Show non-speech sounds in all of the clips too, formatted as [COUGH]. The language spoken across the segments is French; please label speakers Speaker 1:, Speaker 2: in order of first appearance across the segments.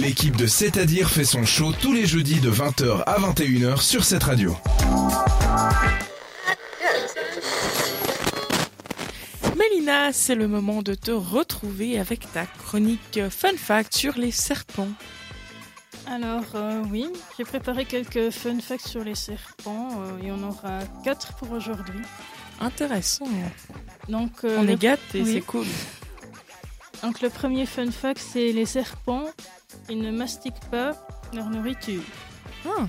Speaker 1: L'équipe de C'est-à-dire fait son show tous les jeudis de 20h à 21h sur cette radio.
Speaker 2: Mélina, c'est le moment de te retrouver avec ta chronique Fun Fact sur les serpents.
Speaker 3: Alors euh, oui, j'ai préparé quelques fun facts sur les serpents euh, et on aura 4 pour aujourd'hui.
Speaker 2: Intéressant.
Speaker 3: Donc, euh,
Speaker 2: On
Speaker 3: le-
Speaker 2: est gâtés,
Speaker 3: oui.
Speaker 2: c'est cool.
Speaker 3: donc le premier fun fact, c'est les serpents, ils ne mastiquent pas leur nourriture.
Speaker 2: Ah,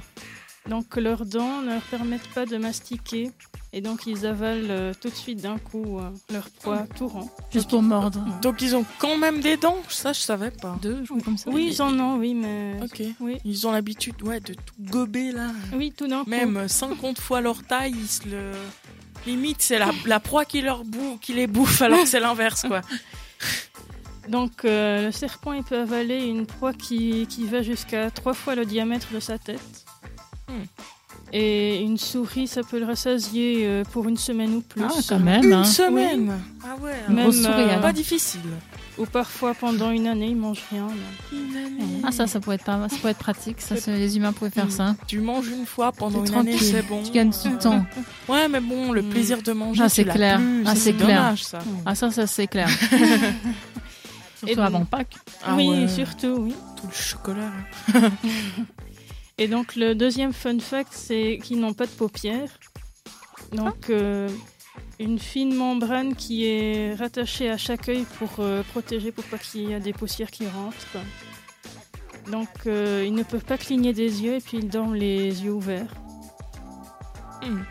Speaker 3: Donc leurs dents ne leur permettent pas de mastiquer et donc ils avalent euh, tout de suite d'un coup euh, leur proie
Speaker 2: Ah.
Speaker 3: tout rond.
Speaker 4: Juste pour mordre.
Speaker 2: donc ils ont quand même des dents, ça je savais pas.
Speaker 4: Deux, je crois, comme ça.
Speaker 3: Oui, ils en ont, oui, mais...
Speaker 2: Ok.
Speaker 3: Oui,
Speaker 2: Ils ont l'habitude ouais, de tout gober là.
Speaker 3: oui tout d'un coup.
Speaker 2: Même [LAUGHS] euh, 50 fois leur taille, ils se le... Limite, c'est la, la proie qui, leur bou- qui les bouffe alors que c'est l'inverse quoi.
Speaker 3: Donc euh, le serpent, il peut avaler une proie qui, qui va jusqu'à trois fois le diamètre de sa tête.
Speaker 2: Hmm.
Speaker 3: Et une souris, ça peut le rassasier euh, pour une semaine ou plus.
Speaker 4: Ah, quand même. hein.
Speaker 2: Une semaine Ah ouais,
Speaker 4: Une
Speaker 3: Même,
Speaker 4: grosse souris,
Speaker 3: euh,
Speaker 4: alors.
Speaker 2: pas difficile.
Speaker 3: Ou parfois pendant une année, il mange rien. mais-
Speaker 2: Une année.
Speaker 4: Ah, ça, ça pourrait être, pas... ça pourrait être pratique. Ça, c'est- les humains pouvaient faire ça.
Speaker 2: Tu manges une fois pendant
Speaker 4: T'es
Speaker 2: une année,
Speaker 4: tranquille.
Speaker 2: c'est bon.
Speaker 4: Tu gagnes du
Speaker 2: Euh,
Speaker 4: temps.
Speaker 2: Ouais, mais bon, le
Speaker 3: Mm.
Speaker 2: plaisir de manger,
Speaker 4: Ah,
Speaker 2: tu
Speaker 4: c'est
Speaker 2: l'as
Speaker 4: clair.
Speaker 2: plus.
Speaker 4: Ah,
Speaker 2: Ça,
Speaker 4: c'est clair.
Speaker 2: dommage, ça.
Speaker 4: Ah, ça, ça c'est
Speaker 2: [LAUGHS]
Speaker 4: clair. Surtout
Speaker 3: donc-
Speaker 4: avant Pâques.
Speaker 2: Ah
Speaker 3: oui,
Speaker 2: ouais,
Speaker 3: surtout, oui.
Speaker 2: tout le chocolat. hein.
Speaker 3: Et donc le deuxième fun fact, c'est qu'ils n'ont pas de paupières. Donc euh, une fine membrane qui est rattachée à chaque œil pour euh, protéger, pour pas qu'il y ait des poussières qui rentrent. Donc euh, ils ne peuvent pas cligner des yeux et puis ils dorment les yeux ouverts.
Speaker 2: Hmm.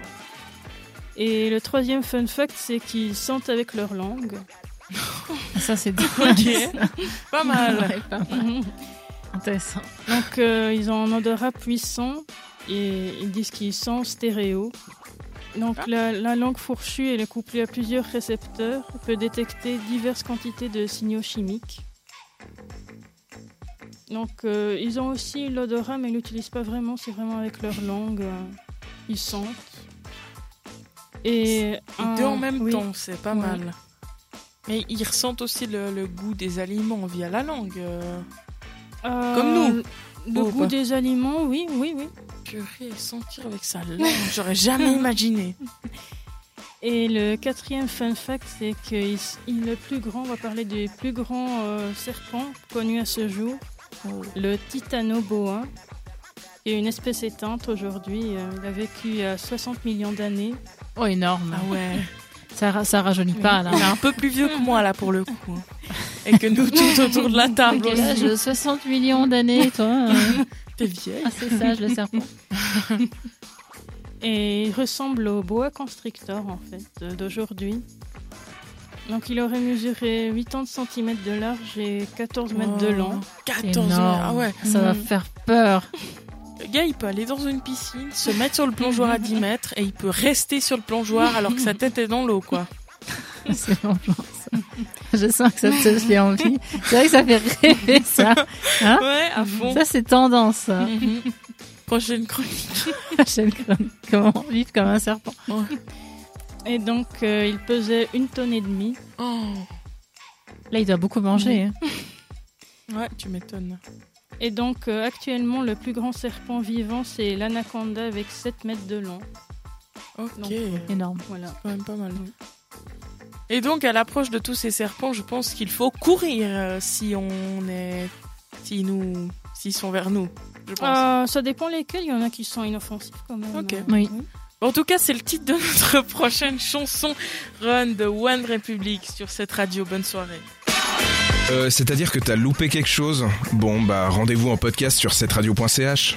Speaker 3: Et le troisième fun fact, c'est qu'ils sentent avec leur langue.
Speaker 4: Ah, Ça, [LAUGHS] c'est Ah,
Speaker 2: Ok, [LAUGHS] pas mal.
Speaker 4: Ouais, pas mal.
Speaker 3: [LAUGHS]
Speaker 4: Intéressant.
Speaker 3: Donc euh, ils ont un odorat puissant et ils disent qu'ils sont stéréo. Donc
Speaker 2: Ah.
Speaker 3: la, la langue fourchue elle est couplée à plusieurs récepteurs, Elle peut détecter diverses quantités de signaux chimiques. Donc euh, ils ont aussi l'odorat mais ils l'utilisent pas vraiment, c'est vraiment avec leur langue. euh, ils sentent. Et un-
Speaker 2: Les deux en même
Speaker 3: Ah, oui.
Speaker 2: temps, c'est pas
Speaker 3: Ouais.
Speaker 2: mal. Mais ils ressentent aussi le, le goût des aliments via la langue. euh.
Speaker 3: Euh,
Speaker 2: Comme nous.
Speaker 3: Le
Speaker 2: Ou
Speaker 3: goût
Speaker 2: pas.
Speaker 3: des aliments, oui, oui, oui.
Speaker 2: Purée, sentir avec sa langue, j'aurais jamais imaginé.
Speaker 3: Et le quatrième fun fact, c'est que il- il- le plus grand, on va parler du plus grand euh, serpent connu à ce jour,
Speaker 2: Oh.
Speaker 3: le titanoboa, qui est une espèce éteinte aujourd'hui. Euh, Il a vécu il y a 60 millions d'années.
Speaker 4: Oh, énorme.
Speaker 2: Ah ouais.
Speaker 4: Ça, ra- ça rajeunit pas, là.
Speaker 2: Il est un peu plus vieux que moi, là, pour le coup. hein. Et que nous tous autour de la table.
Speaker 4: Quel
Speaker 2: aussi.
Speaker 4: âge 60 millions d'années,
Speaker 2: [LAUGHS]
Speaker 4: toi euh,
Speaker 2: T'es vieille.
Speaker 4: Ah, c'est sage, le serpent.
Speaker 3: [LAUGHS] Et il ressemble au boa constrictor, en fait, euh, d'aujourd'hui. Donc il aurait mesuré 80 cm de large et 14 mètres
Speaker 2: Oh.
Speaker 3: de long.
Speaker 2: 14 mètres.
Speaker 4: Énorme.
Speaker 2: Ah ouais.
Speaker 4: Ça va
Speaker 3: Mhm.
Speaker 4: faire
Speaker 2: [LAUGHS]
Speaker 4: peur.
Speaker 2: Le gars, il peut aller dans une piscine, se mettre sur le plongeoir à [LAUGHS] 10 mètres et il peut rester sur le plongeoir alors que sa tête est dans l'eau, quoi.
Speaker 4: C'est bon, je pense. Je sens que ça te fait envie. C'est vrai que ça fait rêver, ça.
Speaker 2: [LAUGHS] Ouais, à fond.
Speaker 4: Ça, c'est tendance, ça.
Speaker 2: Mhm. [LAUGHS] Prochaine chronique.
Speaker 4: [LAUGHS] Prochaine chronique. Comment vivre comme un serpent
Speaker 3: Et donc euh, il pesait une tonne et demie.
Speaker 2: Oh.
Speaker 4: Là, il doit beaucoup manger. hein.
Speaker 2: Ouais, tu m'étonnes.
Speaker 3: Et donc euh, actuellement le plus grand serpent vivant c'est l'anaconda avec 7 mètres de long.
Speaker 2: Ok.
Speaker 3: Donc,
Speaker 2: C'est
Speaker 4: Énorme.
Speaker 3: Voilà.
Speaker 2: quand même pas mal. Et donc, à l'approche de tous ces serpents, je pense qu'il faut courir euh, si on est. Si nous. S'ils sont vers nous, je pense.
Speaker 3: Euh, ça dépend lesquels, il y en a qui sont inoffensifs quand même.
Speaker 2: Ok.
Speaker 3: Euh,
Speaker 4: Oui.
Speaker 2: En tout cas, c'est le titre de notre [LAUGHS] prochaine chanson Run de One Republic sur cette radio. Bonne soirée.
Speaker 1: Euh, C'est-à-dire que t'as loupé quelque chose Bon, bah rendez-vous en podcast sur cette radio.ch.